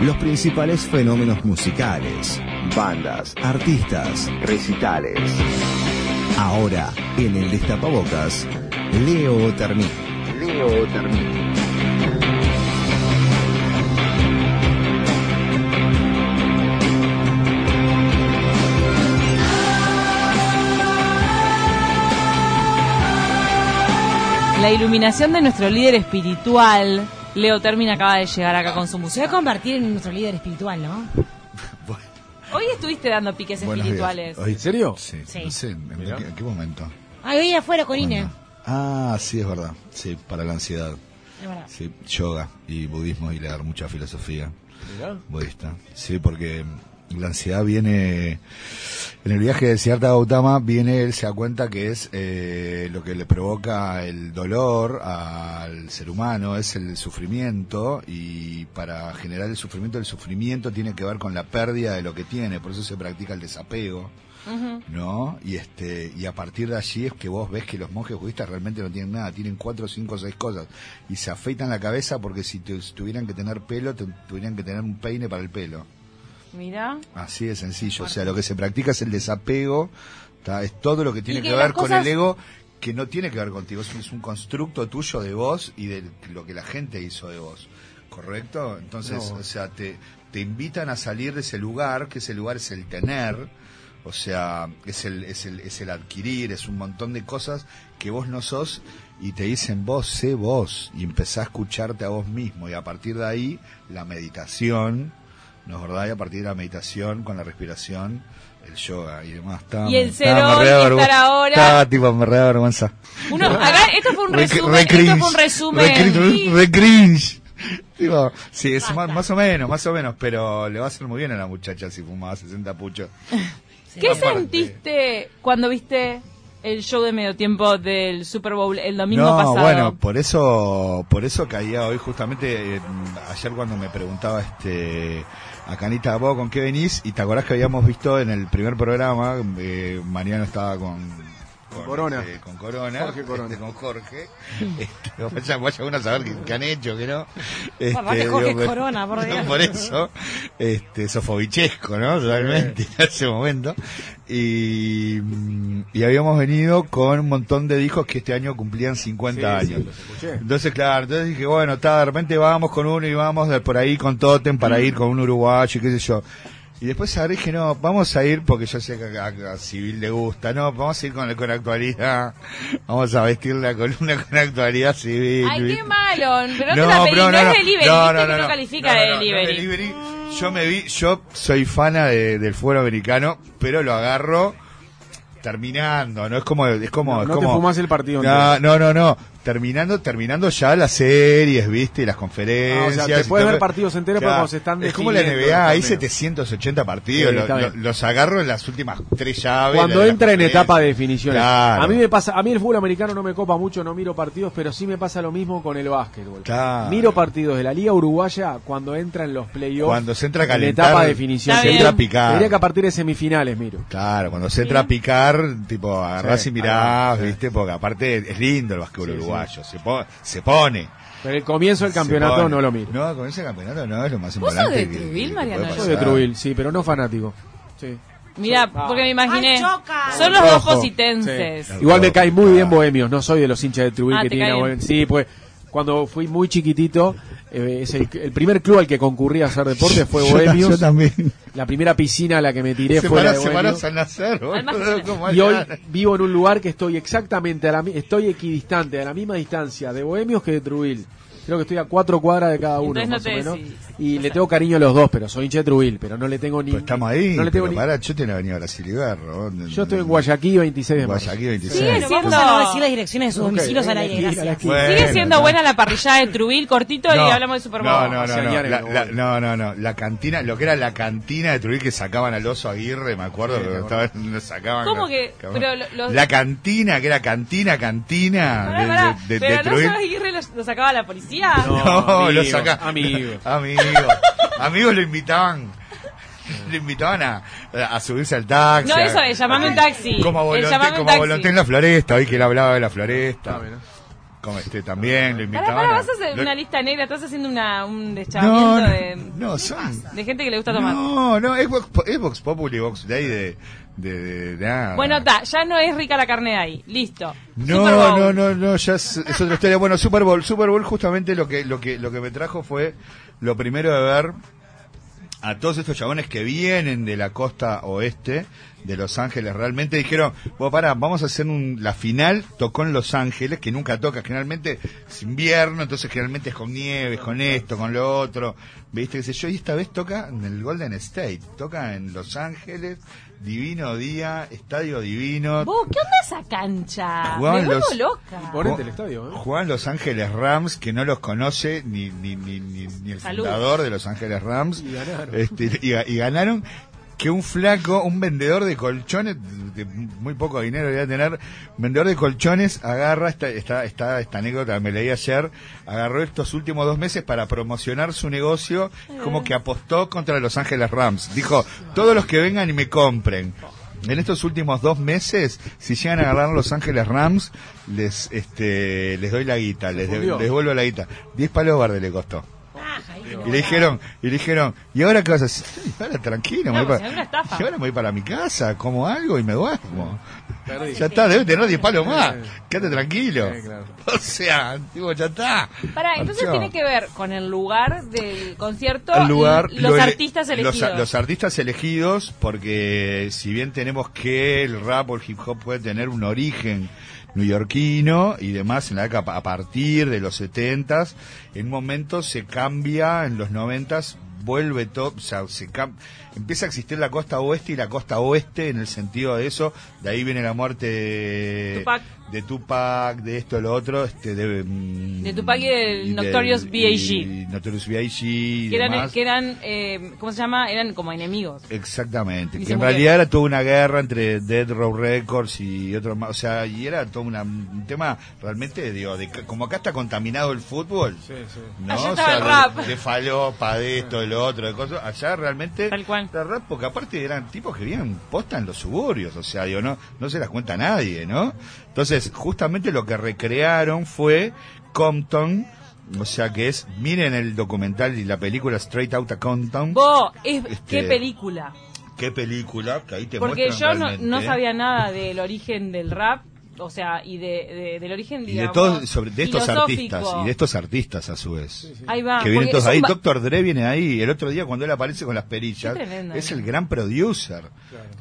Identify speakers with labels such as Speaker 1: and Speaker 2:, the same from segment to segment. Speaker 1: los principales fenómenos musicales, bandas, artistas, recitales. Ahora, en el Destapabocas, Leo Otermin. Leo Otermin.
Speaker 2: La iluminación de nuestro líder espiritual, Leo Termin, acaba de llegar acá con su
Speaker 3: Se va a
Speaker 2: música.
Speaker 3: convertir en nuestro líder espiritual, ¿no?
Speaker 2: Hoy estuviste dando piques
Speaker 4: Buenos
Speaker 2: espirituales.
Speaker 4: días. Hoy-
Speaker 5: ¿En serio?
Speaker 4: Sí,
Speaker 3: Sí.
Speaker 4: no sé, ¿en,
Speaker 5: Mirá.
Speaker 4: qué- en qué momento?
Speaker 3: Ay, hoy afuera con Ine.
Speaker 4: Bueno. Ah, sí, es verdad. Sí, para la ansiedad.
Speaker 3: Es verdad.
Speaker 4: Sí, yoga y budismo y leer mucha filosofía
Speaker 5: Mirá.
Speaker 4: budista. Sí, porque la ansiedad viene. En el viaje de Siddhartha Gautama, viene, él se da cuenta que es eh, lo que le provoca el dolor al ser humano, es el sufrimiento. Y para generar el sufrimiento, el sufrimiento tiene que ver con la pérdida de lo que tiene. Por eso se practica el desapego. ¿no? Y este y a partir de allí es que vos ves que los monjes budistas realmente no tienen nada, tienen cuatro, cinco, seis cosas y se afeitan la cabeza porque si tu- tuvieran que tener pelo, tu- tuvieran que tener un peine para el pelo.
Speaker 2: Mira.
Speaker 4: Así de sencillo, o sea, lo que se practica es el desapego, ¿tá? es todo lo que tiene
Speaker 2: Y
Speaker 4: que,
Speaker 2: que
Speaker 4: ver
Speaker 2: las
Speaker 4: con
Speaker 2: cosas-
Speaker 4: el ego que no tiene que ver contigo, es un, es un constructo tuyo de vos y de lo que la gente hizo de vos. ¿Correcto? Entonces,
Speaker 5: No.
Speaker 4: o sea, te, te invitan a salir de ese lugar, que ese lugar es el tener, o sea, es el, es el, es el adquirir, es un montón de cosas que vos no sos y te dicen vos, sé vos, y empezás a escucharte a vos mismo. Y a partir de ahí, la meditación, ¿no es verdad? Y a partir de la meditación, con la respiración, el yoga y demás. Estaba,
Speaker 2: Y el
Speaker 4: estaba
Speaker 2: cerón,
Speaker 4: amarreado de
Speaker 2: y estar
Speaker 4: vergüenza.
Speaker 2: ahora.
Speaker 4: Estaba tipo amarreado de vergüenza.
Speaker 2: Uno, acá, esto fue un
Speaker 4: Re-
Speaker 2: resumen.
Speaker 4: re
Speaker 2: esto
Speaker 4: cringe.
Speaker 2: fue un resumen.
Speaker 4: Re cringe, re cringe. Digo, sí, es más, más o menos, más o menos, pero le va a hacer muy bien a la muchacha si fumaba 60 puchos.
Speaker 2: ¿Qué
Speaker 4: Aparte.
Speaker 2: sentiste cuando viste el show de medio tiempo del Super Bowl el domingo
Speaker 4: no,
Speaker 2: pasado?
Speaker 4: bueno, por eso, por eso caía hoy justamente eh, ayer cuando me preguntaba este a Canita vos con qué venís y te acordás que habíamos visto en el primer programa eh, Mariano estaba con
Speaker 5: Con Corona.
Speaker 4: este, con Corona,
Speaker 5: Jorge Corona.
Speaker 4: este, con Jorge. Este, vaya, vaya uno a saber qué, qué han hecho, que no.
Speaker 3: Aparte, Jorge
Speaker 4: pero-
Speaker 3: Corona, por Dios.
Speaker 4: Eh, por eso, este, sofobichesco, ¿no? Realmente, en ese momento. Y, mm, y habíamos venido con un montón de discos que este año cumplían 50
Speaker 5: Sí, sí,
Speaker 4: años.
Speaker 5: los escuché.
Speaker 4: Entonces, claro, entonces dije, bueno, está, de repente vamos con uno y vamos de- por ahí con Totem para ir con un uruguayo y qué sé yo. Y después sabré que no, vamos a ir porque yo sé que a, a- a Civil le gusta, no, vamos a ir con, con actualidad, vamos a vestir la columna con actualidad civil.
Speaker 2: Ay,
Speaker 4: ¿viste?
Speaker 2: qué malo. Pero no, te la pedí, no, es delivery. viste que no califica
Speaker 4: No, no,
Speaker 2: de
Speaker 4: no, no
Speaker 2: delivery.
Speaker 4: es delivery. Yo me vi, yo soy fana de- del fútbol americano, pero lo agarro terminando, no es como es como
Speaker 5: No,
Speaker 4: es
Speaker 5: no te
Speaker 4: como
Speaker 5: fumás el partido,
Speaker 4: No,
Speaker 5: entonces.
Speaker 4: no, no, no, terminando terminando ya las series, ¿viste? Y las conferencias.
Speaker 5: Ah, o sea, te
Speaker 4: y
Speaker 5: puedes
Speaker 4: todo.
Speaker 5: ver partidos enteros, pero cuando se están
Speaker 4: Es como la
Speaker 5: definiendo
Speaker 4: NBA,
Speaker 5: el
Speaker 4: hay
Speaker 5: torneo.
Speaker 4: 780 partidos,
Speaker 5: Sí,
Speaker 4: lo-
Speaker 5: está
Speaker 4: lo-
Speaker 5: bien.
Speaker 4: los agarro en las últimas tres llaves.
Speaker 5: Cuando
Speaker 4: la de la
Speaker 5: entra en
Speaker 4: conferencia.
Speaker 5: etapa de definiciones.
Speaker 4: Claro.
Speaker 5: A mí me pasa, a mí el fútbol americano no me copa mucho, no miro partidos, pero sí me pasa lo mismo con el básquetbol.
Speaker 4: Claro.
Speaker 5: Miro partidos de la Liga Uruguaya cuando entran los playoffs.
Speaker 4: cuando se entra a
Speaker 5: en
Speaker 4: calentar,
Speaker 5: etapa de
Speaker 2: Está
Speaker 5: definición.
Speaker 4: se
Speaker 2: bien.
Speaker 4: entra a picar.
Speaker 5: Diría que a partir de semifinales miro.
Speaker 4: Claro, cuando se entra a picar, tipo, agarrás
Speaker 5: Sí,
Speaker 4: y mirás,
Speaker 5: agarrás, sí.
Speaker 4: ¿viste? Porque aparte es lindo el básquetbol
Speaker 5: Sí, sí.
Speaker 4: uruguayo, Se, po- se pone.
Speaker 5: Pero el comienzo del campeonato
Speaker 4: se pone.
Speaker 5: no lo miro.
Speaker 4: No, con ese campeonato no es lo más
Speaker 2: ¿Vos sos
Speaker 4: importante.
Speaker 2: de Trujillo, Mariano?
Speaker 4: puede
Speaker 2: Yo
Speaker 5: Yo
Speaker 4: pasar.
Speaker 5: de Trubil, sí, pero no fanático. Sí.
Speaker 2: Mira, porque
Speaker 4: Ah.
Speaker 2: me imaginé.
Speaker 3: Ay, choca.
Speaker 2: Son los dos
Speaker 5: Rojo.
Speaker 2: positenses.
Speaker 5: Sí. Igual me cae muy bien
Speaker 4: Claro.
Speaker 5: Bohemios, no soy de los hinchas de Trujillo
Speaker 2: Ah,
Speaker 5: que
Speaker 2: te
Speaker 5: tienen
Speaker 2: cae
Speaker 5: a
Speaker 2: bien.
Speaker 5: Bohemios. Sí, pues cuando fui muy chiquitito, eh, es el, el primer club al que concurrí a hacer deporte fue
Speaker 4: Yo ta-
Speaker 5: Bohemios.
Speaker 4: Yo también.
Speaker 5: La primera piscina a la que me tiré
Speaker 4: Se
Speaker 5: fue la
Speaker 4: paró,
Speaker 5: de
Speaker 4: se paró
Speaker 5: Bohemios.
Speaker 4: San Lazaro.
Speaker 2: Al más
Speaker 4: boludo, ¿cómo
Speaker 5: Y hoy
Speaker 4: allá?
Speaker 5: vivo en un lugar que estoy exactamente, a la, mi- estoy equidistante, a la misma distancia de Bohemios que de Trubil. Creo que estoy a cuatro cuadras de cada uno,
Speaker 2: Entonces no
Speaker 5: más
Speaker 2: te
Speaker 5: o menos.
Speaker 2: decís.
Speaker 5: Y le tengo cariño a los dos, pero soy hincha de Trubil, pero no le tengo ni...
Speaker 4: Pues estamos ahí.
Speaker 5: no le tengo
Speaker 4: pero
Speaker 5: ni-
Speaker 4: pará, yo tengo la avenida Brasil y Berro.
Speaker 5: Yo estoy en Guayaquil 26 de marzo.
Speaker 4: Guayaquil
Speaker 3: Bueno,
Speaker 4: 26.
Speaker 2: Sí,
Speaker 3: vamos
Speaker 2: cierto.
Speaker 3: a no decir las direcciones de sus domicilios al aire, gracias.
Speaker 2: Sigue
Speaker 4: Bueno,
Speaker 2: siendo
Speaker 4: no.
Speaker 2: buena la parrillada de Trubil, cortito y
Speaker 4: No,
Speaker 2: hablamos de Super Bowl.
Speaker 4: No, no, no,
Speaker 5: Hacia
Speaker 4: no,
Speaker 5: Guiar
Speaker 4: la-
Speaker 5: en el
Speaker 4: la-
Speaker 5: gol.
Speaker 4: no, no, no. La cantina, lo que era la cantina de Trujillo que sacaban al oso Aguirre, me acuerdo, que estaban- lo sacaban.
Speaker 2: ¿Cómo
Speaker 4: lo-
Speaker 2: que?
Speaker 4: cabrón.
Speaker 2: Pero lo- los-
Speaker 4: La cantina, que era cantina, cantina
Speaker 2: Pará,
Speaker 4: de-
Speaker 2: pará,
Speaker 4: de, de, de
Speaker 2: pero no
Speaker 4: Trujillo.
Speaker 2: sabes Aguirre lo, lo sacaba la policía.
Speaker 5: No.
Speaker 4: No, lo
Speaker 5: Amigos,
Speaker 4: sacaban.
Speaker 5: amigos.
Speaker 4: Amigos. Amigos lo invitaban. Lo invitaban a, a subirse al taxi.
Speaker 2: No, eso
Speaker 4: a-
Speaker 2: es, llamame un taxi.
Speaker 4: Como
Speaker 2: El
Speaker 4: Volonté,
Speaker 2: llamame un
Speaker 4: como
Speaker 2: taxi.
Speaker 4: Volonté en la floresta, hoy que él hablaba de la floresta. Como este también, lo
Speaker 2: Pará,
Speaker 4: invitaban.
Speaker 2: pará,
Speaker 4: a-
Speaker 2: vas a hacer
Speaker 4: lo-
Speaker 2: una lista negra, estás haciendo una, un deschavamiento
Speaker 4: no, no,
Speaker 2: de,
Speaker 4: no, son.
Speaker 2: de gente que le gusta tomar.
Speaker 4: No, no, es Vox, es Vox Populi, Vox Day de. de, de- de nada.
Speaker 2: Bueno, está, ya no es rica la carne de ahí. Listo. Super
Speaker 4: No,
Speaker 2: Bowl.
Speaker 4: no, no, no, ya es, es otra historia. Bueno, Super Bowl, Super Bowl justamente lo que, lo que, lo que me trajo fue lo primero de ver a todos estos chabones que vienen de la costa oeste de Los Ángeles. Realmente dijeron, vos pará, vamos a hacer un, la final, tocó en Los Ángeles, que nunca toca, generalmente es invierno, entonces generalmente es con nieve, con esto, con lo otro, viste, qué sé yo, y esta vez toca en el Golden State, toca en Los Ángeles, divino día, estadio divino,
Speaker 2: Vos, ¿qué onda esa cancha?
Speaker 4: Jugaban
Speaker 2: Me vuelvo
Speaker 4: los-
Speaker 2: loca.
Speaker 5: Ponete el estadio, ¿eh?
Speaker 4: Juegan Los Ángeles Rams, que no los conoce ni, ni, ni, ni, ni el
Speaker 2: Salud.
Speaker 4: fundador de Los Ángeles Rams.
Speaker 5: Y ganaron.
Speaker 4: Este, y, ga- y ganaron que un flaco, un vendedor de colchones, de muy poco dinero debía tener, vendedor de colchones, agarra, esta, esta, esta, esta anécdota me leí ayer, agarró estos últimos dos meses para promocionar su negocio, como que apostó contra Los Ángeles Rams. Dijo, todos los que vengan y me compren. En estos últimos dos meses, si llegan a agarrar Los Ángeles Rams, les este, les doy la guita, les, de-
Speaker 5: fundió.
Speaker 4: les devuelvo la guita. 10 palos verdes le costó. Y le dijeron, y le dijeron, ¿y ahora qué vas a hacer? Y ahora tranquilo, me
Speaker 2: No,
Speaker 4: voy
Speaker 2: pues,
Speaker 4: para-
Speaker 2: es una estafa.
Speaker 4: y ahora me voy para mi casa, como algo y me duermo.
Speaker 5: Perdí.
Speaker 4: Ya está, debe tener 10 palos más.
Speaker 5: Eh.
Speaker 4: Quédate tranquilo.
Speaker 5: Eh, claro.
Speaker 4: O sea, digo, ya está.
Speaker 2: Pará, entonces
Speaker 4: Marchó.
Speaker 2: tiene que ver con el lugar del concierto
Speaker 4: Al lugar,
Speaker 2: y los
Speaker 4: lo ele-
Speaker 2: artistas
Speaker 4: los a-
Speaker 2: elegidos.
Speaker 4: Los, artistas elegidos, porque si bien tenemos que el rap o el hip hop puede tener un origen neoyorquino y demás en la década pa- a partir de los 70s, en un momento se cambia en los 90s vuelve todo, o sea, se cam- empieza a existir la costa oeste y la costa oeste en el sentido de eso, de ahí viene la muerte de
Speaker 2: Tupac.
Speaker 4: de, Tupac, de esto, lo otro, este, de, mm,
Speaker 2: De Tupac y del Notorious
Speaker 4: y-
Speaker 2: B.I.G..
Speaker 4: Notorious B.I.G. y
Speaker 2: que eran,
Speaker 4: demás. Este,
Speaker 2: que eran eh, ¿cómo se llama? Eran como enemigos.
Speaker 4: Exactamente.
Speaker 2: Y
Speaker 4: Que
Speaker 2: se
Speaker 4: en
Speaker 2: murieron.
Speaker 4: realidad era toda una guerra entre Dead Row Records y otro más. O sea, y era todo una- un tema realmente, digo, de, como acá está contaminado el fútbol.
Speaker 5: Sí, sí.
Speaker 4: ¿no?
Speaker 2: Allá
Speaker 4: O
Speaker 2: estaba
Speaker 4: sea,
Speaker 2: el
Speaker 4: de-
Speaker 2: rap.
Speaker 4: De, falopa, de esto, de lo otro, de cosas. Allá realmente.
Speaker 2: Tal cual.
Speaker 4: era rap, porque aparte eran tipos que vivían posta en los suburbios. O sea, digo, no, no se las cuenta a nadie, ¿no? Entonces, justamente lo que recrearon fue Compton. O sea que es, miren el documental y la película Straight Outta Compton.
Speaker 2: Vos, es, qué
Speaker 4: Este-
Speaker 2: película.
Speaker 4: ¿Qué película? Que ahí te
Speaker 2: Porque yo
Speaker 4: muestran
Speaker 2: no,
Speaker 4: realmente. ¿eh?
Speaker 2: no sabía nada del origen del rap, o sea, y de, de- del origen,
Speaker 4: Y de,
Speaker 2: digamos,
Speaker 4: todos, sobre, de estos
Speaker 2: filosófico.
Speaker 4: artistas, y de estos artistas a su vez.
Speaker 2: Ahí va.
Speaker 4: que vienen
Speaker 2: porque
Speaker 4: todos
Speaker 2: es un
Speaker 4: ahí.
Speaker 2: ba-
Speaker 4: Doctor Dre viene ahí. El otro día cuando él aparece con las perillas,
Speaker 2: Qué tremendo,
Speaker 4: es
Speaker 2: ¿eh?
Speaker 4: el gran producer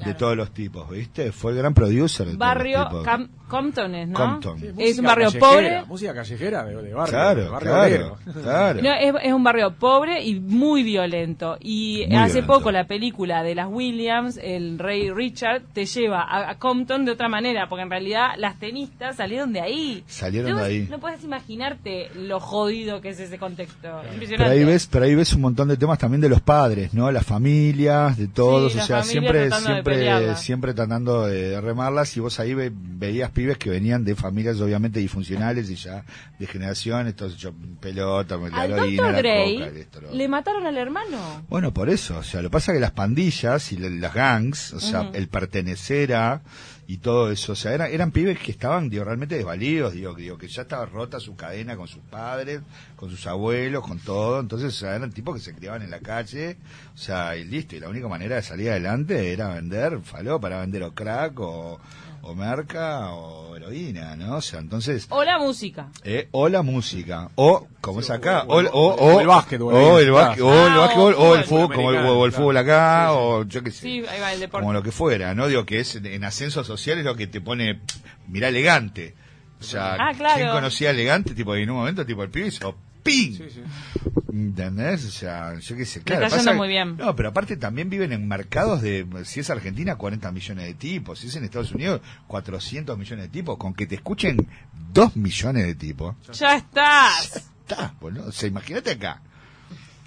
Speaker 4: de todos los tipos, ¿viste? Fue el gran producer de todos
Speaker 2: barrio
Speaker 4: los tipos.
Speaker 2: Cam- Compton, es, ¿no?
Speaker 4: Compton. Sí,
Speaker 2: Es
Speaker 5: música
Speaker 2: un barrio
Speaker 5: callejera,
Speaker 2: pobre.
Speaker 5: Música callejera de, de barrio. de
Speaker 4: claro,
Speaker 5: barrio
Speaker 4: claro,
Speaker 5: obrero.
Speaker 4: claro.
Speaker 2: No, es, es un barrio pobre y muy violento. Y
Speaker 4: Muy
Speaker 2: hace
Speaker 4: violento.
Speaker 2: poco la película de las Williams, el rey Richard, te lleva a, a Compton de otra manera, porque en realidad las tenistas salieron de ahí.
Speaker 4: Salieron
Speaker 2: Entonces,
Speaker 4: de ahí.
Speaker 2: No puedes imaginarte lo jodido que es ese contexto.
Speaker 4: Pero
Speaker 2: Impresionante.
Speaker 4: ahí, ves, pero ahí ves un montón de temas también de los padres, ¿no? Las familias, de todos,
Speaker 2: Sí,
Speaker 4: o
Speaker 2: las
Speaker 4: sea,
Speaker 2: familias
Speaker 4: siempre
Speaker 2: tratando de
Speaker 4: siempre
Speaker 2: pelearlas.
Speaker 4: siempre tratando de remarlas y vos ahí ve- veías pibes que venían de familias obviamente disfuncionales y ya de generación, entonces yo pelota, me la
Speaker 2: Al
Speaker 4: heroína,
Speaker 2: Dr.
Speaker 4: la
Speaker 2: Grey
Speaker 4: coca, esto, lo
Speaker 2: le
Speaker 4: otro.
Speaker 2: mataron al hermano.
Speaker 4: Bueno, por eso, o sea, lo que pasa es que las pandillas y la- las gangs, o sea, el pertenecer a y todo eso, o sea, eran, eran pibes que estaban, digo, realmente desvalidos, digo, digo, que ya estaba rota su cadena con sus padres, con sus abuelos, con todo, entonces, o sea, eran tipos que se criaban en la calle, o sea, y listo, y la única manera de salir adelante era vender, faló, para vender o crack o, o merca o heroína, ¿no? O sea, entonces...
Speaker 2: O la música.
Speaker 4: Eh, o la música, o como es acá, o,
Speaker 5: o el-
Speaker 4: o, o-
Speaker 5: o el básquet, o el-
Speaker 4: o el básquet, o el
Speaker 2: Ah,
Speaker 4: básquetbol,
Speaker 2: o
Speaker 4: o el
Speaker 2: el
Speaker 4: fútbol, como el, o el fútbol acá, o yo qué sé,
Speaker 2: Sí, ahí va el deporte.
Speaker 4: como lo que fuera, ¿no? Digo que es en ascenso social es lo que te pone, mira, elegante. O sea,
Speaker 2: Ah, claro.
Speaker 4: ¿quién conocía elegante? Tipo, y en un momento, tipo, el pibe hizo ¡ping!
Speaker 5: Sí, sí.
Speaker 4: ¿Entendés? O sea, yo qué sé, claro.
Speaker 2: está
Speaker 4: pasa
Speaker 2: yendo
Speaker 4: que-
Speaker 2: muy bien.
Speaker 4: No, pero aparte también viven en mercados de, si es Argentina, 40 millones de tipos, si es en Estados Unidos, 400 millones de tipos, con que te escuchen 2 millones de tipos.
Speaker 2: Ya estás.
Speaker 4: Está, boludo. pues O sea, imagínate acá.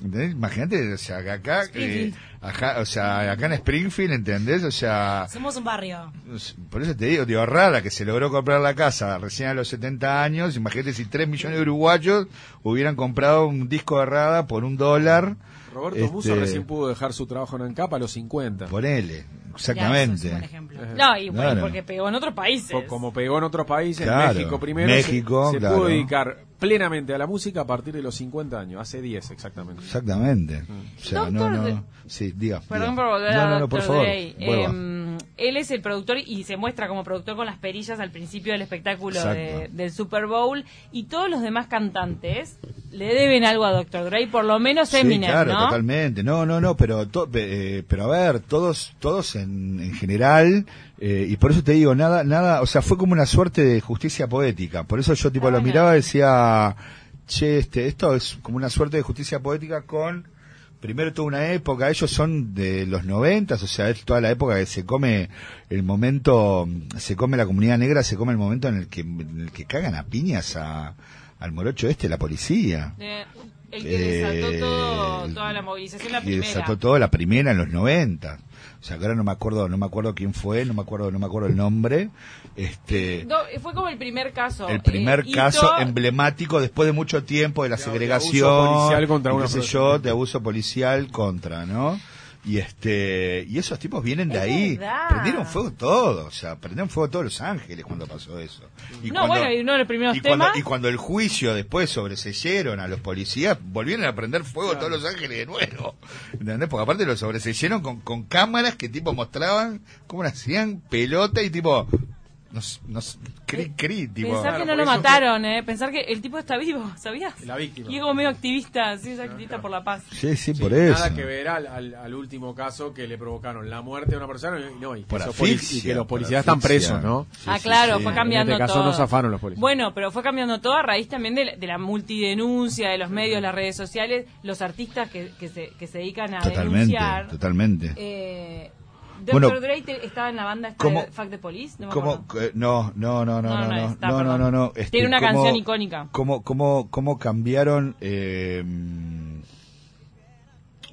Speaker 4: ¿Entendés? Imagínate, o sea, que acá, eh,
Speaker 2: Springfield.
Speaker 4: ajá, o sea, acá en Springfield, ¿entendés? O sea,
Speaker 3: Somos un barrio.
Speaker 4: por eso te digo, digo, rara que se logró comprar la casa recién a los 70 años. Imagínate si 3 millones de uruguayos hubieran comprado un disco de Rada por un dólar.
Speaker 5: Roberto
Speaker 4: Este,
Speaker 5: Musso recién pudo dejar su trabajo en ANCAP a los 50.
Speaker 4: Ponele. Exactamente.
Speaker 2: No, y bueno,
Speaker 4: Claro.
Speaker 2: porque pegó en otros países.
Speaker 5: Po- Como pegó en otros países,
Speaker 4: Claro.
Speaker 5: México primero.
Speaker 4: México,
Speaker 5: se, se
Speaker 4: claro.
Speaker 5: pudo dedicar plenamente a la música a partir de los 50 años, hace 10 exactamente.
Speaker 4: Exactamente. O sea, no,
Speaker 2: Doctor
Speaker 4: no. Sí, diga.
Speaker 2: Perdón
Speaker 4: diga.
Speaker 2: por volver
Speaker 4: No,
Speaker 2: a
Speaker 4: no, no, por
Speaker 2: Dr.
Speaker 4: favor.
Speaker 2: Dre.
Speaker 4: vuelva.
Speaker 2: Em, él es el productor y se muestra como productor con las perillas al principio del espectáculo de-
Speaker 4: Exacto.
Speaker 2: del Super Bowl. Y todos los demás cantantes le deben algo a Dr. Dre, por lo menos Eminem,
Speaker 4: sí, claro,
Speaker 2: ¿no?
Speaker 4: totalmente. No, no, no, pero, to- eh, pero a ver, todos, todos en, en general, eh, y por eso te digo, nada, nada, o sea, fue como una suerte de justicia poética. Por eso yo tipo
Speaker 2: Ah,
Speaker 4: lo
Speaker 2: bueno.
Speaker 4: miraba y decía, che, este, esto es como una suerte de justicia poética con, primero toda una época, ellos son de los noventas, o sea, es toda la época que se come el momento, se come la comunidad negra, se come el momento en el que, en el que cagan a piñas a, al morocho este, la policía.
Speaker 2: Eh, el que desató
Speaker 4: Eh,
Speaker 2: todo- toda la movilización, la
Speaker 4: que
Speaker 2: primera.
Speaker 4: desató todo la primera en los 90. O sea, que ahora no me acuerdo, no me acuerdo quién fue, no me acuerdo, no me acuerdo el nombre. Este,
Speaker 2: No, fue como el primer caso.
Speaker 4: el primer
Speaker 2: Eh, hito-
Speaker 4: caso emblemático después de mucho tiempo de la segregación,
Speaker 5: abuso policial contra
Speaker 4: y
Speaker 5: una
Speaker 4: qué sé
Speaker 5: persona.
Speaker 4: yo, de abuso policial contra, ¿no? Y este, y esos tipos vienen de
Speaker 2: Es
Speaker 4: ahí,
Speaker 2: verdad.
Speaker 4: prendieron fuego todo, o sea, prendieron fuego todos Los Ángeles cuando pasó eso. Y
Speaker 2: No,
Speaker 4: cuando-
Speaker 2: bueno, y uno de los primeros
Speaker 4: y
Speaker 2: temas.
Speaker 4: cuando, y cuando el juicio después sobreseyeron a los policías, volvieron a prender fuego todos Los Ángeles de nuevo. ¿Entendés? Porque aparte lo sobreseyeron con, con cámaras que tipo mostraban cómo le hacían pelota y tipo. Nos, nos, cri, cri, tipo.
Speaker 2: Pensar Eh, que no
Speaker 5: por
Speaker 2: lo
Speaker 5: eso que-
Speaker 2: mataron, ¿eh? Pensar que el tipo está vivo, ¿sabías?
Speaker 5: La víctima.
Speaker 2: Y es como medio activista, sí, es activista por la paz.
Speaker 4: Sí, sí,
Speaker 5: Sí,
Speaker 4: por eso.
Speaker 5: nada que ver al, al- al último caso que le provocaron la muerte de una persona y, no, y, que,
Speaker 4: Por
Speaker 5: esos
Speaker 4: asfixia,
Speaker 5: polic- y que los
Speaker 4: por
Speaker 5: policías están
Speaker 4: asfixia.
Speaker 5: presos, ¿no?
Speaker 4: Sí,
Speaker 2: ah,
Speaker 4: sí,
Speaker 2: claro,
Speaker 4: sí.
Speaker 2: fue cambiando
Speaker 5: En este caso
Speaker 2: todo.
Speaker 5: no zafaron los policías.
Speaker 2: Bueno, pero fue cambiando todo a raíz también de la, de la multidenuncia, de los medios, las redes sociales, los artistas que, que se, que se dedican a
Speaker 4: Totalmente,
Speaker 2: denunciar.
Speaker 4: totalmente.
Speaker 2: Eh,
Speaker 4: Bueno,
Speaker 2: Dr. Dre te- estaba en la banda esta
Speaker 4: ¿cómo-
Speaker 2: de Fact the Police, no me
Speaker 4: ¿Cómo?
Speaker 2: acuerdo.
Speaker 4: que- eh, No, no, no, no,
Speaker 2: No, no,
Speaker 4: no, no,
Speaker 2: está,
Speaker 4: no, no,
Speaker 2: perdón.
Speaker 4: no, no, este,
Speaker 2: Tiene una
Speaker 4: ¿cómo-
Speaker 2: canción icónica.
Speaker 4: ¿Cómo, cómo, cómo cambiaron? Eh,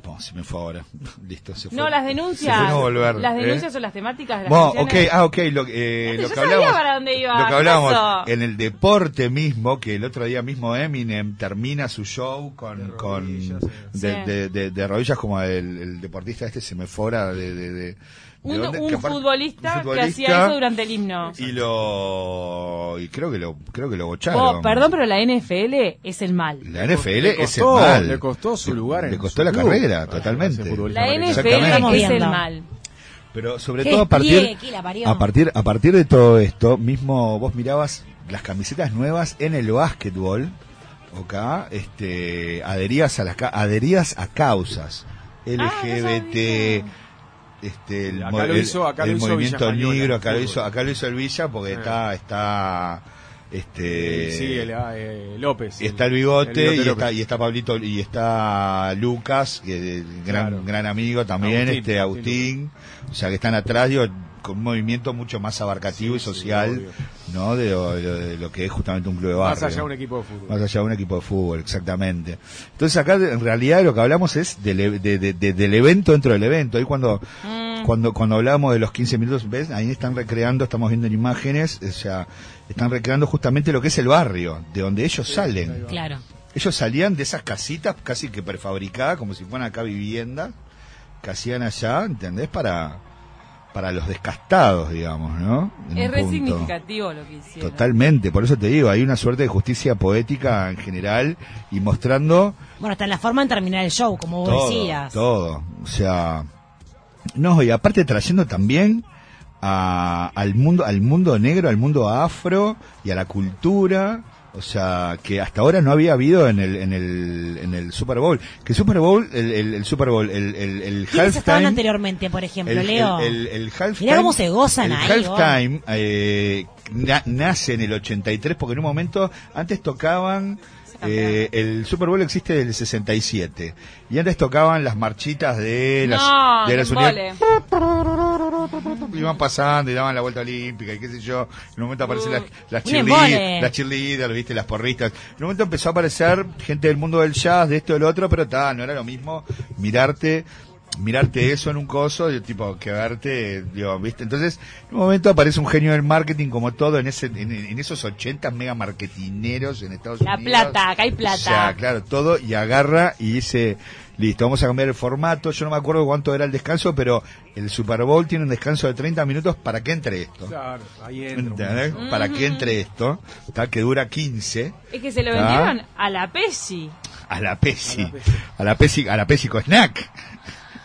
Speaker 4: no, se me fue ahora. Listo, se fue.
Speaker 2: No, las
Speaker 4: Se
Speaker 2: denuncias.
Speaker 4: fue, no volver,
Speaker 2: las
Speaker 4: ¿eh?
Speaker 2: denuncias son las temáticas de las
Speaker 4: Bueno, ok,
Speaker 2: canciones.
Speaker 4: ah, ok, lo, eh,
Speaker 2: Este,
Speaker 4: lo
Speaker 2: yo
Speaker 4: que
Speaker 2: sabía
Speaker 4: hablamos,
Speaker 2: para dónde iba,
Speaker 4: lo que
Speaker 2: ¿qué
Speaker 4: hablamos
Speaker 2: pasó?
Speaker 4: en el deporte mismo, que el otro día mismo Eminem termina su show con, con- de
Speaker 5: rodillas,
Speaker 2: sí.
Speaker 4: de,
Speaker 2: Sí.
Speaker 4: de- de- de rodillas como el, el deportista este se me fuera de, de- de- de
Speaker 2: Un,
Speaker 4: dónde,
Speaker 2: un
Speaker 4: que aparte-
Speaker 2: futbolista
Speaker 4: un
Speaker 2: que hacía
Speaker 4: futbolista,
Speaker 2: eso durante el himno.
Speaker 4: y lo y creo que lo creo que lo bocharon.
Speaker 2: Oh, perdón, pero la NFL es el mal.
Speaker 4: La NFL
Speaker 5: Le
Speaker 4: es el
Speaker 5: costó-
Speaker 4: mal.
Speaker 5: le costó su
Speaker 4: Le-
Speaker 5: lugar en
Speaker 4: Le
Speaker 5: su
Speaker 4: costó la
Speaker 5: club.
Speaker 4: carrera,
Speaker 5: Ah,
Speaker 4: totalmente.
Speaker 5: ese futbolista.
Speaker 2: La
Speaker 5: Exactamente.
Speaker 2: NFL es el
Speaker 3: Estamos
Speaker 2: mal.
Speaker 4: Pero sobre
Speaker 3: Qué
Speaker 4: todo a partir,
Speaker 3: pie, que la parió.
Speaker 4: a partir a partir de todo esto, mismo vos mirabas las camisetas nuevas en el básquetbol, acá, este, adherías a las ca- adherías a causas
Speaker 3: Ah,
Speaker 4: LGBT, este, el,
Speaker 5: Acá
Speaker 4: mo-
Speaker 5: lo
Speaker 4: el-
Speaker 5: hizo- acá lo
Speaker 4: el
Speaker 5: hizo
Speaker 4: movimiento
Speaker 5: Villa Española,
Speaker 4: negro, acá lo
Speaker 5: el
Speaker 4: hizo,
Speaker 5: fútbol.
Speaker 4: acá lo hizo el Villa porque
Speaker 5: Sí.
Speaker 4: está está este
Speaker 5: Sí, el, ah, eh, López.
Speaker 4: Y está el bigote,
Speaker 5: bigote
Speaker 4: y,
Speaker 5: López.
Speaker 4: está, y está Pablito y está Lucas, que el gran,
Speaker 5: Claro.
Speaker 4: gran amigo también,
Speaker 5: Agustín,
Speaker 4: este
Speaker 5: Agustín
Speaker 4: Agustín, o sea que están atrás digo, con un movimiento mucho más abarcativo
Speaker 5: Sí,
Speaker 4: y
Speaker 5: sí,
Speaker 4: social,
Speaker 5: obvio.
Speaker 4: ¿no? De, lo- de lo- de lo que es justamente un club de barrio.
Speaker 5: Más allá de un equipo de fútbol.
Speaker 4: Más allá de un equipo de fútbol, exactamente. Entonces acá en realidad lo que hablamos es del, e- de- de- de- del evento dentro del evento. Ahí cuando, cuando, cuando hablamos de los 15 minutos, ¿ves? Ahí están recreando, estamos viendo en imágenes, o sea, están recreando justamente lo que es el barrio, de donde ellos salen.
Speaker 3: Claro.
Speaker 4: Ellos salían de esas casitas casi que prefabricadas, como si fueran acá viviendas, que hacían allá, ¿entendés? Para, para los descastados, digamos, ¿no? En
Speaker 2: Es
Speaker 4: un
Speaker 2: re
Speaker 4: punto.
Speaker 2: significativo lo que hicieron.
Speaker 4: Totalmente, por eso te digo, hay una suerte de justicia poética en general y mostrando
Speaker 3: Bueno, hasta la forma en terminar el show, como vos
Speaker 4: todo,
Speaker 3: decías.
Speaker 4: todo. O sea, no, y aparte trayendo también a- al mundo al mundo negro, al mundo afro y a la cultura, o sea, que hasta ahora no había habido en el en el en el Super Bowl, que Super Bowl el, el- el Super Bowl el el el
Speaker 3: ¿Quiénes estaban
Speaker 4: halftime-
Speaker 3: anteriormente, por ejemplo,
Speaker 4: el,
Speaker 3: Leo?
Speaker 4: El, el, el halftime.
Speaker 3: Mirá cómo se gozan
Speaker 4: el
Speaker 3: ahí,
Speaker 4: halftime eh, na- nace en el 83 porque en un momento antes tocaban.
Speaker 3: Ah,
Speaker 4: eh, el Super Bowl existe del 67 y antes tocaban las marchitas de las,
Speaker 2: No,
Speaker 4: de
Speaker 2: qué
Speaker 4: las
Speaker 2: embole.
Speaker 4: iban pasando y daban la vuelta olímpica y qué sé yo. En un momento aparecen las, las,
Speaker 3: Un
Speaker 4: cheerlead-
Speaker 3: embole.
Speaker 4: las cheerleaders, viste, las porristas. En un momento empezó a aparecer gente del mundo del jazz, de esto, del otro, pero ta, no era lo mismo mirarte mirarte eso en un coso, y, tipo, que verte, digo, viste. Entonces, en un momento aparece un genio del marketing como todo en ese en, en esos 80 mega marketineros en Estados
Speaker 2: La
Speaker 4: Unidos.
Speaker 2: plata, acá hay plata.
Speaker 4: O sea, claro, todo y agarra y dice Listo, vamos a cambiar el formato. Yo no me acuerdo cuánto era el descanso, pero el Super Bowl tiene un descanso de 30 minutos para que entre esto.
Speaker 5: Claro, ahí
Speaker 4: ¿Entendés?
Speaker 5: entra.
Speaker 4: Para que entre esto, ¿tá? que dura 15,
Speaker 2: Es que se lo
Speaker 4: Ah.
Speaker 2: vendieron a la Pesci.
Speaker 4: a la Pesi, a la Pesi, a la Pesico Snack.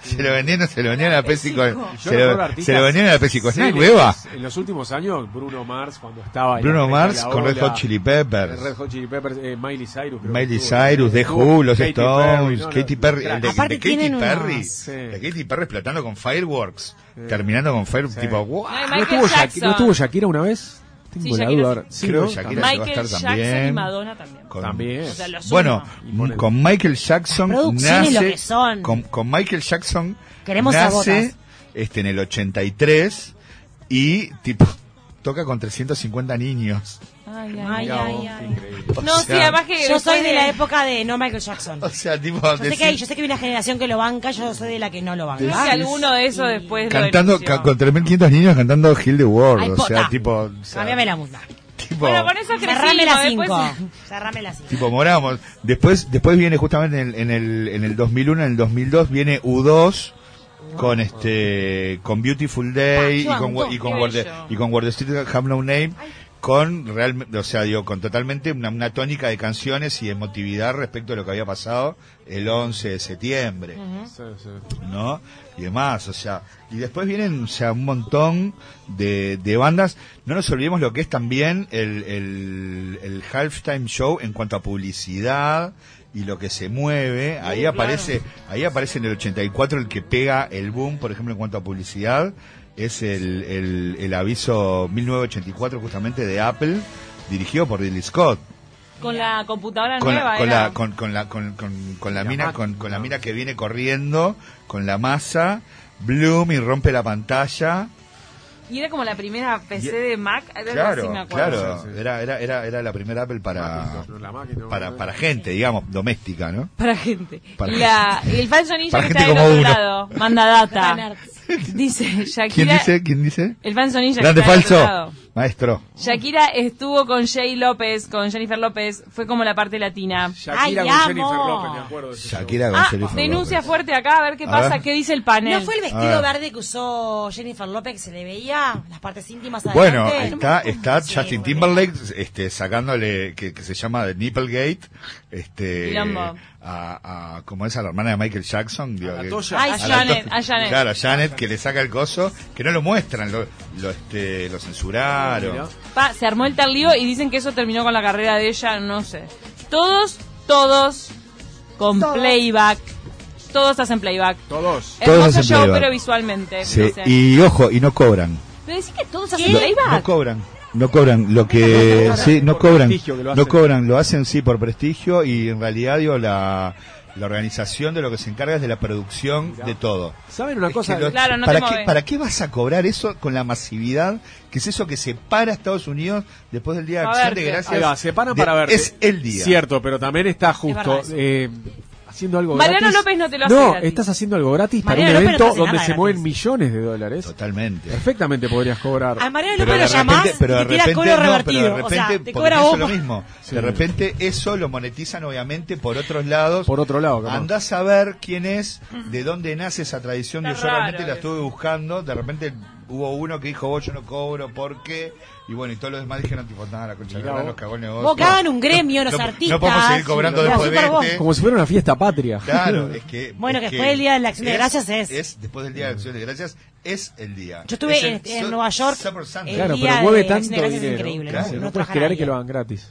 Speaker 4: Se lo vendieron, se lo vendieron a la Pesico,
Speaker 5: Y yo
Speaker 4: se
Speaker 5: recuerdo
Speaker 4: lo,
Speaker 5: artistas
Speaker 4: se lo vendieron a la Pesico Snack,
Speaker 5: célebres.
Speaker 4: beba.
Speaker 5: En los últimos años, Bruno Mars, cuando estaba en la
Speaker 4: Bruno
Speaker 5: cresta de
Speaker 4: Mars
Speaker 5: la
Speaker 4: con Red
Speaker 5: ola,
Speaker 4: Hot Chili Peppers.
Speaker 5: Red Hot Chili Peppers, eh, Miley Cyrus. creo que
Speaker 4: Miley
Speaker 5: estuvo. eh,
Speaker 4: Cyrus, The
Speaker 5: Estuvo,
Speaker 4: Who, Los
Speaker 5: Katy Perry,
Speaker 4: Stones,
Speaker 5: no, no,
Speaker 4: Katy Perry,
Speaker 5: crack.
Speaker 4: el de,
Speaker 3: Aparte
Speaker 4: de Katy
Speaker 3: tienen
Speaker 4: Perry,
Speaker 3: unos-
Speaker 4: de Katy Perry explotando con fireworks, terminando con fireworks, tipo,
Speaker 2: No,
Speaker 4: ¡guau!
Speaker 2: y
Speaker 5: ¿No
Speaker 2: Michael
Speaker 5: estuvo, Shak-
Speaker 2: Jackson.
Speaker 5: ¿No estuvo Shakira una vez? Tengo
Speaker 2: Sí,
Speaker 5: la
Speaker 2: Shakira
Speaker 5: duda
Speaker 2: sí.
Speaker 5: ahora. Sí,
Speaker 4: Creo
Speaker 5: ¿no?
Speaker 4: que Shakira va a
Speaker 2: Michael
Speaker 4: estar
Speaker 2: Jackson y
Speaker 4: también.
Speaker 2: Madonna también.
Speaker 4: Con-
Speaker 5: También.
Speaker 2: O sea, lo sumo.
Speaker 4: Bueno,
Speaker 5: ponen-
Speaker 4: con Michael Jackson
Speaker 3: Las producciones
Speaker 4: nace
Speaker 3: lo que son.
Speaker 4: Con, con Michael Jackson
Speaker 3: Queremos
Speaker 4: nace
Speaker 3: sabotas.
Speaker 4: este en el 83 y tipo toca con 350 niños.
Speaker 2: Ay, ay, ay.
Speaker 3: Ay,
Speaker 5: Mirá vos,
Speaker 3: ay,
Speaker 5: qué
Speaker 3: ay.
Speaker 5: increíble.
Speaker 4: O
Speaker 2: No, sí,
Speaker 4: sea,
Speaker 2: además que.
Speaker 3: Yo soy
Speaker 2: después
Speaker 3: de la época de no Michael Jackson.
Speaker 4: o sea, tipo
Speaker 3: Yo sé,
Speaker 4: decís-
Speaker 3: que hay, yo sé que hay una generación que lo banca, yo soy de la que no lo banca.
Speaker 2: Creo que alguno de esos
Speaker 3: Y-
Speaker 2: después lo
Speaker 4: cantando
Speaker 2: denunció.
Speaker 4: ca- con 3500 niños cantando Hill the World,
Speaker 3: Ay,
Speaker 4: o sea,
Speaker 3: pota.
Speaker 4: tipo, o sea,
Speaker 3: Cambiame la música.
Speaker 4: tipo
Speaker 2: Bueno, con eso
Speaker 3: Cerrame
Speaker 2: crecimos.
Speaker 3: la
Speaker 2: después-
Speaker 3: 5. Cerrame la 5.
Speaker 4: Tipo Moramos. Después, después viene justamente en el, en el, en el 2001, en el 2002 viene U2 con este con Beautiful Day y
Speaker 3: Ah, qué
Speaker 4: con Wa- y con
Speaker 2: qué
Speaker 4: Word
Speaker 2: bello.
Speaker 4: y con Word Street Have No Name con realmente o sea digo con totalmente una, una tónica de canciones y emotividad respecto a lo que había pasado el 11 de septiembre
Speaker 5: Sí, sí.
Speaker 4: ¿no? Y demás, o sea, y después vienen, o sea, un montón de, de bandas. No nos olvidemos lo que es también el, el, el halftime show en cuanto a publicidad y lo que se mueve. Ahí aparece, ahí aparece en el 84 el que pega el boom, por ejemplo, en cuanto a publicidad. Es el, el, el aviso 1984 justamente de Apple, dirigido por Dilly Scott
Speaker 2: Con la computadora
Speaker 4: con
Speaker 2: nueva.
Speaker 4: la, con
Speaker 2: era.
Speaker 4: la con, con la con, con- con la
Speaker 5: La
Speaker 4: mina
Speaker 5: Mac,
Speaker 4: con, con la
Speaker 5: ¿no?
Speaker 4: mina que viene corriendo con la masa Bloom y rompe la pantalla
Speaker 2: Y era como la primera PC de Mac. algo así
Speaker 4: claro
Speaker 2: me acuerdo.
Speaker 4: claro
Speaker 5: Sí, sí.
Speaker 4: era era era era la primera Apple para
Speaker 5: Macintosh, la máquina,
Speaker 4: Ah, para
Speaker 5: ¿no?
Speaker 4: para gente digamos doméstica no
Speaker 2: Para gente.
Speaker 4: Para
Speaker 2: y la, y el fan sonillo
Speaker 4: Para
Speaker 2: que
Speaker 4: gente
Speaker 2: está del
Speaker 4: como
Speaker 2: otro
Speaker 4: uno.
Speaker 2: lado. Manda data.
Speaker 3: Fanarts.
Speaker 2: dice Shakira.
Speaker 4: quién dice quién dice
Speaker 2: El fan sonillo que
Speaker 4: grande
Speaker 2: está del otro
Speaker 4: falso
Speaker 2: lado.
Speaker 4: maestro
Speaker 2: Shakira estuvo con Jay López, con Jennifer López. Fue como la parte latina.
Speaker 5: Shakira
Speaker 3: Ay,
Speaker 5: con
Speaker 3: amo.
Speaker 5: Jennifer López, me acuerdo. de ese show.
Speaker 4: Shakira
Speaker 2: Ah,
Speaker 4: González
Speaker 2: denuncia
Speaker 4: López.
Speaker 2: fuerte acá, a ver qué
Speaker 4: A
Speaker 2: pasa,
Speaker 4: ver.
Speaker 2: qué dice el panel.
Speaker 3: ¿No fue el vestido verde que usó Jennifer López que se le veía las partes íntimas adelante?
Speaker 4: bueno,
Speaker 3: No me
Speaker 4: está,
Speaker 3: acuerdo.
Speaker 4: está
Speaker 3: Sí,
Speaker 4: Justin
Speaker 3: bueno.
Speaker 4: Timberlake este, sacándole, que, que se llama The Nipplegate, este,
Speaker 2: Quilombo.
Speaker 4: a, a, como es a la hermana de Michael Jackson. digo,
Speaker 5: la
Speaker 4: que-
Speaker 5: Toya.
Speaker 2: Ay,
Speaker 4: A la
Speaker 2: Janet,
Speaker 4: to-
Speaker 2: a Janet.
Speaker 4: Claro, a Janet que le saca el coso, que no lo muestran, lo, lo, este, lo censuraron.
Speaker 2: Pa, se armó el tal lío y dicen que eso terminó con la carrera de ella, no sé. Todos, todos con playback. Todos hacen playback.
Speaker 5: Todos.
Speaker 4: Todos
Speaker 2: Hermoso
Speaker 4: hacen
Speaker 2: show,
Speaker 4: playback.
Speaker 2: pero visualmente.
Speaker 4: Sí,
Speaker 2: dicen.
Speaker 4: y ojo, y no cobran.
Speaker 2: Pero decís que todos
Speaker 4: No,
Speaker 2: hacen
Speaker 4: no
Speaker 2: playback.
Speaker 4: cobran. No cobran, lo que sí, no
Speaker 5: Por
Speaker 4: cobran,
Speaker 5: prestigio que lo
Speaker 4: no
Speaker 5: hacen.
Speaker 4: cobran, lo hacen sí por prestigio y en realidad digo la, la organización de lo que se encarga es de la producción de todo.
Speaker 5: ¿Saben una
Speaker 4: Es
Speaker 5: cosa?
Speaker 4: que lo-
Speaker 2: Claro, no
Speaker 4: ¿para,
Speaker 2: te
Speaker 4: qué,
Speaker 2: mueve.
Speaker 4: ¿Para qué vas a cobrar eso con la masividad? Que es eso que separa a Estados Unidos después del Día de
Speaker 2: A
Speaker 4: Acción de
Speaker 2: verte.
Speaker 4: Gracias.
Speaker 5: Ahí va, se paran
Speaker 4: de-
Speaker 5: para verte.
Speaker 4: Es el día.
Speaker 5: Cierto, pero también está
Speaker 3: verdad
Speaker 5: justo
Speaker 3: eso.
Speaker 5: eh, haciendo algo
Speaker 2: Mariano
Speaker 5: gratis.
Speaker 2: López no te lo hace
Speaker 5: No,
Speaker 2: gratis.
Speaker 5: estás haciendo algo gratis para
Speaker 3: Mariano
Speaker 5: un
Speaker 3: López no te
Speaker 5: evento
Speaker 3: hace
Speaker 5: donde
Speaker 3: nada
Speaker 5: se mueven
Speaker 3: gratis.
Speaker 5: millones de dólares.
Speaker 4: Totalmente.
Speaker 5: Perfectamente podrías cobrar.
Speaker 3: A Mariano
Speaker 4: pero
Speaker 3: López
Speaker 4: de
Speaker 3: lo llamás
Speaker 4: repente, pero
Speaker 3: y
Speaker 4: de
Speaker 3: te tira
Speaker 4: repente,
Speaker 3: cobro
Speaker 4: no,
Speaker 3: revertido.
Speaker 4: pero de
Speaker 3: o sea,
Speaker 4: repente,
Speaker 3: te
Speaker 4: porque
Speaker 3: cobra
Speaker 4: pienso
Speaker 3: vos.
Speaker 4: lo mismo.
Speaker 5: Sí.
Speaker 4: De repente eso lo monetizan obviamente por otros lados.
Speaker 5: Por otro lado, capaz.
Speaker 4: Andás a ver quién es, de dónde nace esa tradición.
Speaker 2: Está
Speaker 4: yo realmente
Speaker 2: raro
Speaker 4: la
Speaker 2: eso.
Speaker 4: estuve buscando. De repente hubo uno que dijo, vos yo no cobro, ¿por qué? Y bueno, y todos los demás dijeron, tipo, nada, la concha, de la
Speaker 5: Mirá
Speaker 4: lora,
Speaker 5: vos.
Speaker 4: nos cagó el negocio.
Speaker 3: Vos que hagan un gremio, los
Speaker 4: no,
Speaker 3: artistas.
Speaker 4: No podemos seguir cobrando
Speaker 3: Sí,
Speaker 4: después
Speaker 3: la Super Bowl.
Speaker 4: de este.
Speaker 5: Como si fuera una fiesta patria.
Speaker 4: Claro, es que.
Speaker 3: Bueno,
Speaker 4: es
Speaker 3: que después del Día de la Acción de
Speaker 4: es-
Speaker 3: Gracias es.
Speaker 4: Después del Día de la Acción de Gracias es el día.
Speaker 3: Yo estuve
Speaker 4: Es el
Speaker 3: en, en
Speaker 4: Su-
Speaker 3: Nueva York.
Speaker 4: Summer Sunday.
Speaker 3: el
Speaker 5: Claro,
Speaker 3: día
Speaker 5: pero mueve
Speaker 3: de
Speaker 5: tanto
Speaker 3: Acción de Gracias es
Speaker 5: dinero.
Speaker 3: increíble,
Speaker 4: Claro,
Speaker 3: ¿no?
Speaker 5: No,
Speaker 3: No
Speaker 5: puedes
Speaker 3: trabajar
Speaker 5: creer
Speaker 3: ahí.
Speaker 5: que lo hagan gratis.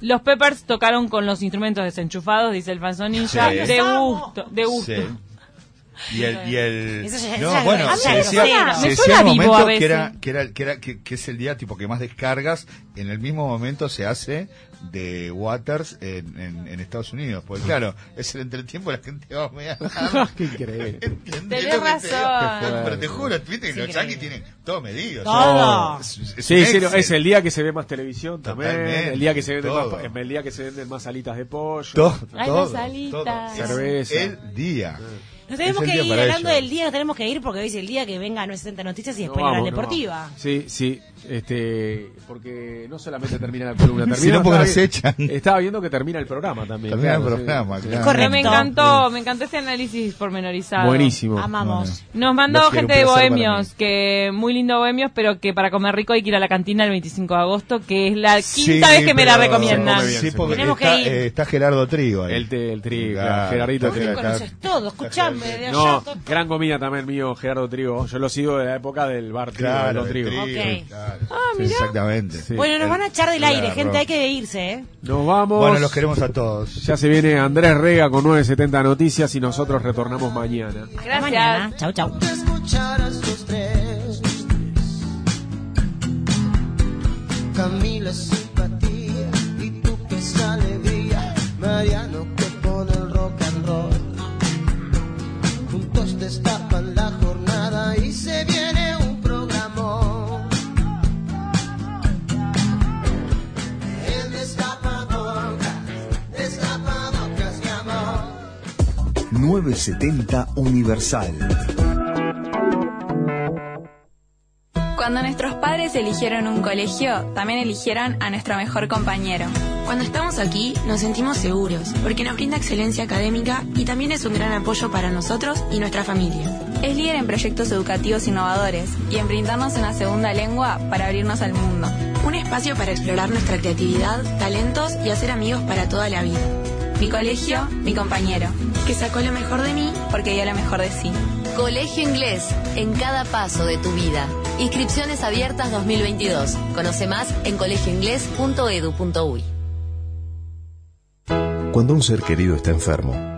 Speaker 2: Los Peppers tocaron con los instrumentos desenchufados, dice el fanzón ninja.
Speaker 4: Sí.
Speaker 2: De
Speaker 3: Los amo.
Speaker 2: gusto, de gusto.
Speaker 4: Sí. Y el, y el
Speaker 3: Eso ya-
Speaker 4: no,
Speaker 3: eso ya-
Speaker 4: bueno,
Speaker 3: ah,
Speaker 4: se
Speaker 3: me
Speaker 4: decía,
Speaker 3: suena-
Speaker 4: se
Speaker 2: me
Speaker 4: decía
Speaker 2: suena
Speaker 4: en un
Speaker 2: vivo
Speaker 4: momento
Speaker 2: a veces.
Speaker 4: que era, que era, que era, que, que es el día tipo que más descargas, en el mismo momento se hace de Waters en, en, en Estados Unidos, porque claro, es el entretiempo la gente va a mear.
Speaker 5: Qué increíble.
Speaker 4: ¿Entendés
Speaker 2: Tenés
Speaker 4: lo que te digo?
Speaker 2: razón.
Speaker 4: Pero te juro, viste que los
Speaker 3: increíble.
Speaker 4: yanquis tienen todo medido.
Speaker 3: Todo.
Speaker 4: Es- es un
Speaker 5: Sí, sí,
Speaker 4: Excel.
Speaker 5: es el día que se ve más televisión también,
Speaker 4: Totalmente,
Speaker 5: el día que se venden
Speaker 4: todo.
Speaker 5: más, el día que se venden más alitas de pollo.
Speaker 4: todo,
Speaker 2: Ay,
Speaker 4: todo,
Speaker 2: las alitas.
Speaker 4: todo. Es
Speaker 5: Cerveza.
Speaker 4: el día.
Speaker 3: Nos tenemos
Speaker 4: Es el día
Speaker 3: que ir,
Speaker 4: para
Speaker 3: hablando
Speaker 4: ellos.
Speaker 3: del día, nos tenemos que ir porque hoy es el día que venga 960 Noticias y después
Speaker 5: No
Speaker 3: la
Speaker 5: vamos, no
Speaker 3: deportiva.
Speaker 5: vamos. sí, sí. Este, porque no solamente termina la columna, termina.
Speaker 4: Si no, porque
Speaker 5: estaba
Speaker 4: las
Speaker 5: vi-
Speaker 4: echan.
Speaker 5: Estaba viendo que termina el programa también.
Speaker 4: Termina el
Speaker 5: sí.
Speaker 4: programa, claro.
Speaker 2: Pero
Speaker 3: Correcto.
Speaker 2: me encantó, me encantó este análisis pormenorizado.
Speaker 5: Buenísimo.
Speaker 3: Amamos.
Speaker 4: Bueno.
Speaker 2: Nos mandó
Speaker 4: No quiero
Speaker 2: gente de
Speaker 4: un placer para
Speaker 2: Bohemios, que muy lindo Bohemios, pero que para comer rico hay que ir a la cantina el 25 de agosto, que es la quinta
Speaker 4: Sí,
Speaker 2: vez que me la
Speaker 4: pero-
Speaker 2: recomiendan.
Speaker 5: Se come bien.
Speaker 4: Sí, porque
Speaker 3: Tenemos
Speaker 4: está,
Speaker 3: que ir.
Speaker 4: eh, está Gerardo Trigo ahí.
Speaker 5: El, te- el tri,
Speaker 4: Claro,
Speaker 5: claro, Gerardito
Speaker 4: está
Speaker 5: Tri.
Speaker 3: Te
Speaker 4: Gerardo.
Speaker 3: conoces todo, escuchame. De
Speaker 5: No,
Speaker 3: allá, todo.
Speaker 5: gran comida también mío, Gerardo Trigo. Yo lo sigo de la época del bar Trigo.
Speaker 4: Claro,
Speaker 5: del
Speaker 4: de
Speaker 5: Trigo.
Speaker 4: trigo.
Speaker 3: Ok.
Speaker 4: claro.
Speaker 2: Ah,
Speaker 4: Sí, Exactamente.
Speaker 5: Sí.
Speaker 3: Bueno, nos van a echar del aire,
Speaker 4: Claro.
Speaker 3: gente, hay que irse, ¿eh?
Speaker 5: Nos vamos.
Speaker 4: Bueno, los queremos a todos.
Speaker 5: Ya se viene Andrés Rega con 970 Noticias y nosotros retornamos mañana.
Speaker 3: Hasta
Speaker 2: Gracias.
Speaker 3: mañana. Chau, chau.
Speaker 6: te escucharas los tres. Camila es simpatía y tú que es alegría. Mariano que pone el rock and roll. Juntos destapan la jornada y se viene un programa. El destapadocas, destapadocas, mi amor.
Speaker 1: 970 Universal.
Speaker 7: Cuando nuestros padres eligieron un colegio, también eligieron a nuestro mejor compañero.
Speaker 8: Cuando estamos aquí nos sentimos seguros porque nos brinda excelencia académica y también es un gran apoyo para nosotros y nuestra familia.
Speaker 7: Es líder en proyectos educativos innovadores y en brindarnos una segunda lengua para abrirnos al mundo.
Speaker 8: Un espacio para explorar nuestra creatividad, talentos y hacer amigos para toda la vida.
Speaker 7: Mi colegio, mi compañero,
Speaker 8: Que sacó lo mejor de mí
Speaker 7: porque dio lo mejor de sí.
Speaker 9: Colegio Inglés, en cada paso de tu vida. Inscripciones abiertas 2022. Conoce más en colegioinglés.edu.uy.
Speaker 10: Cuando un ser querido está enfermo,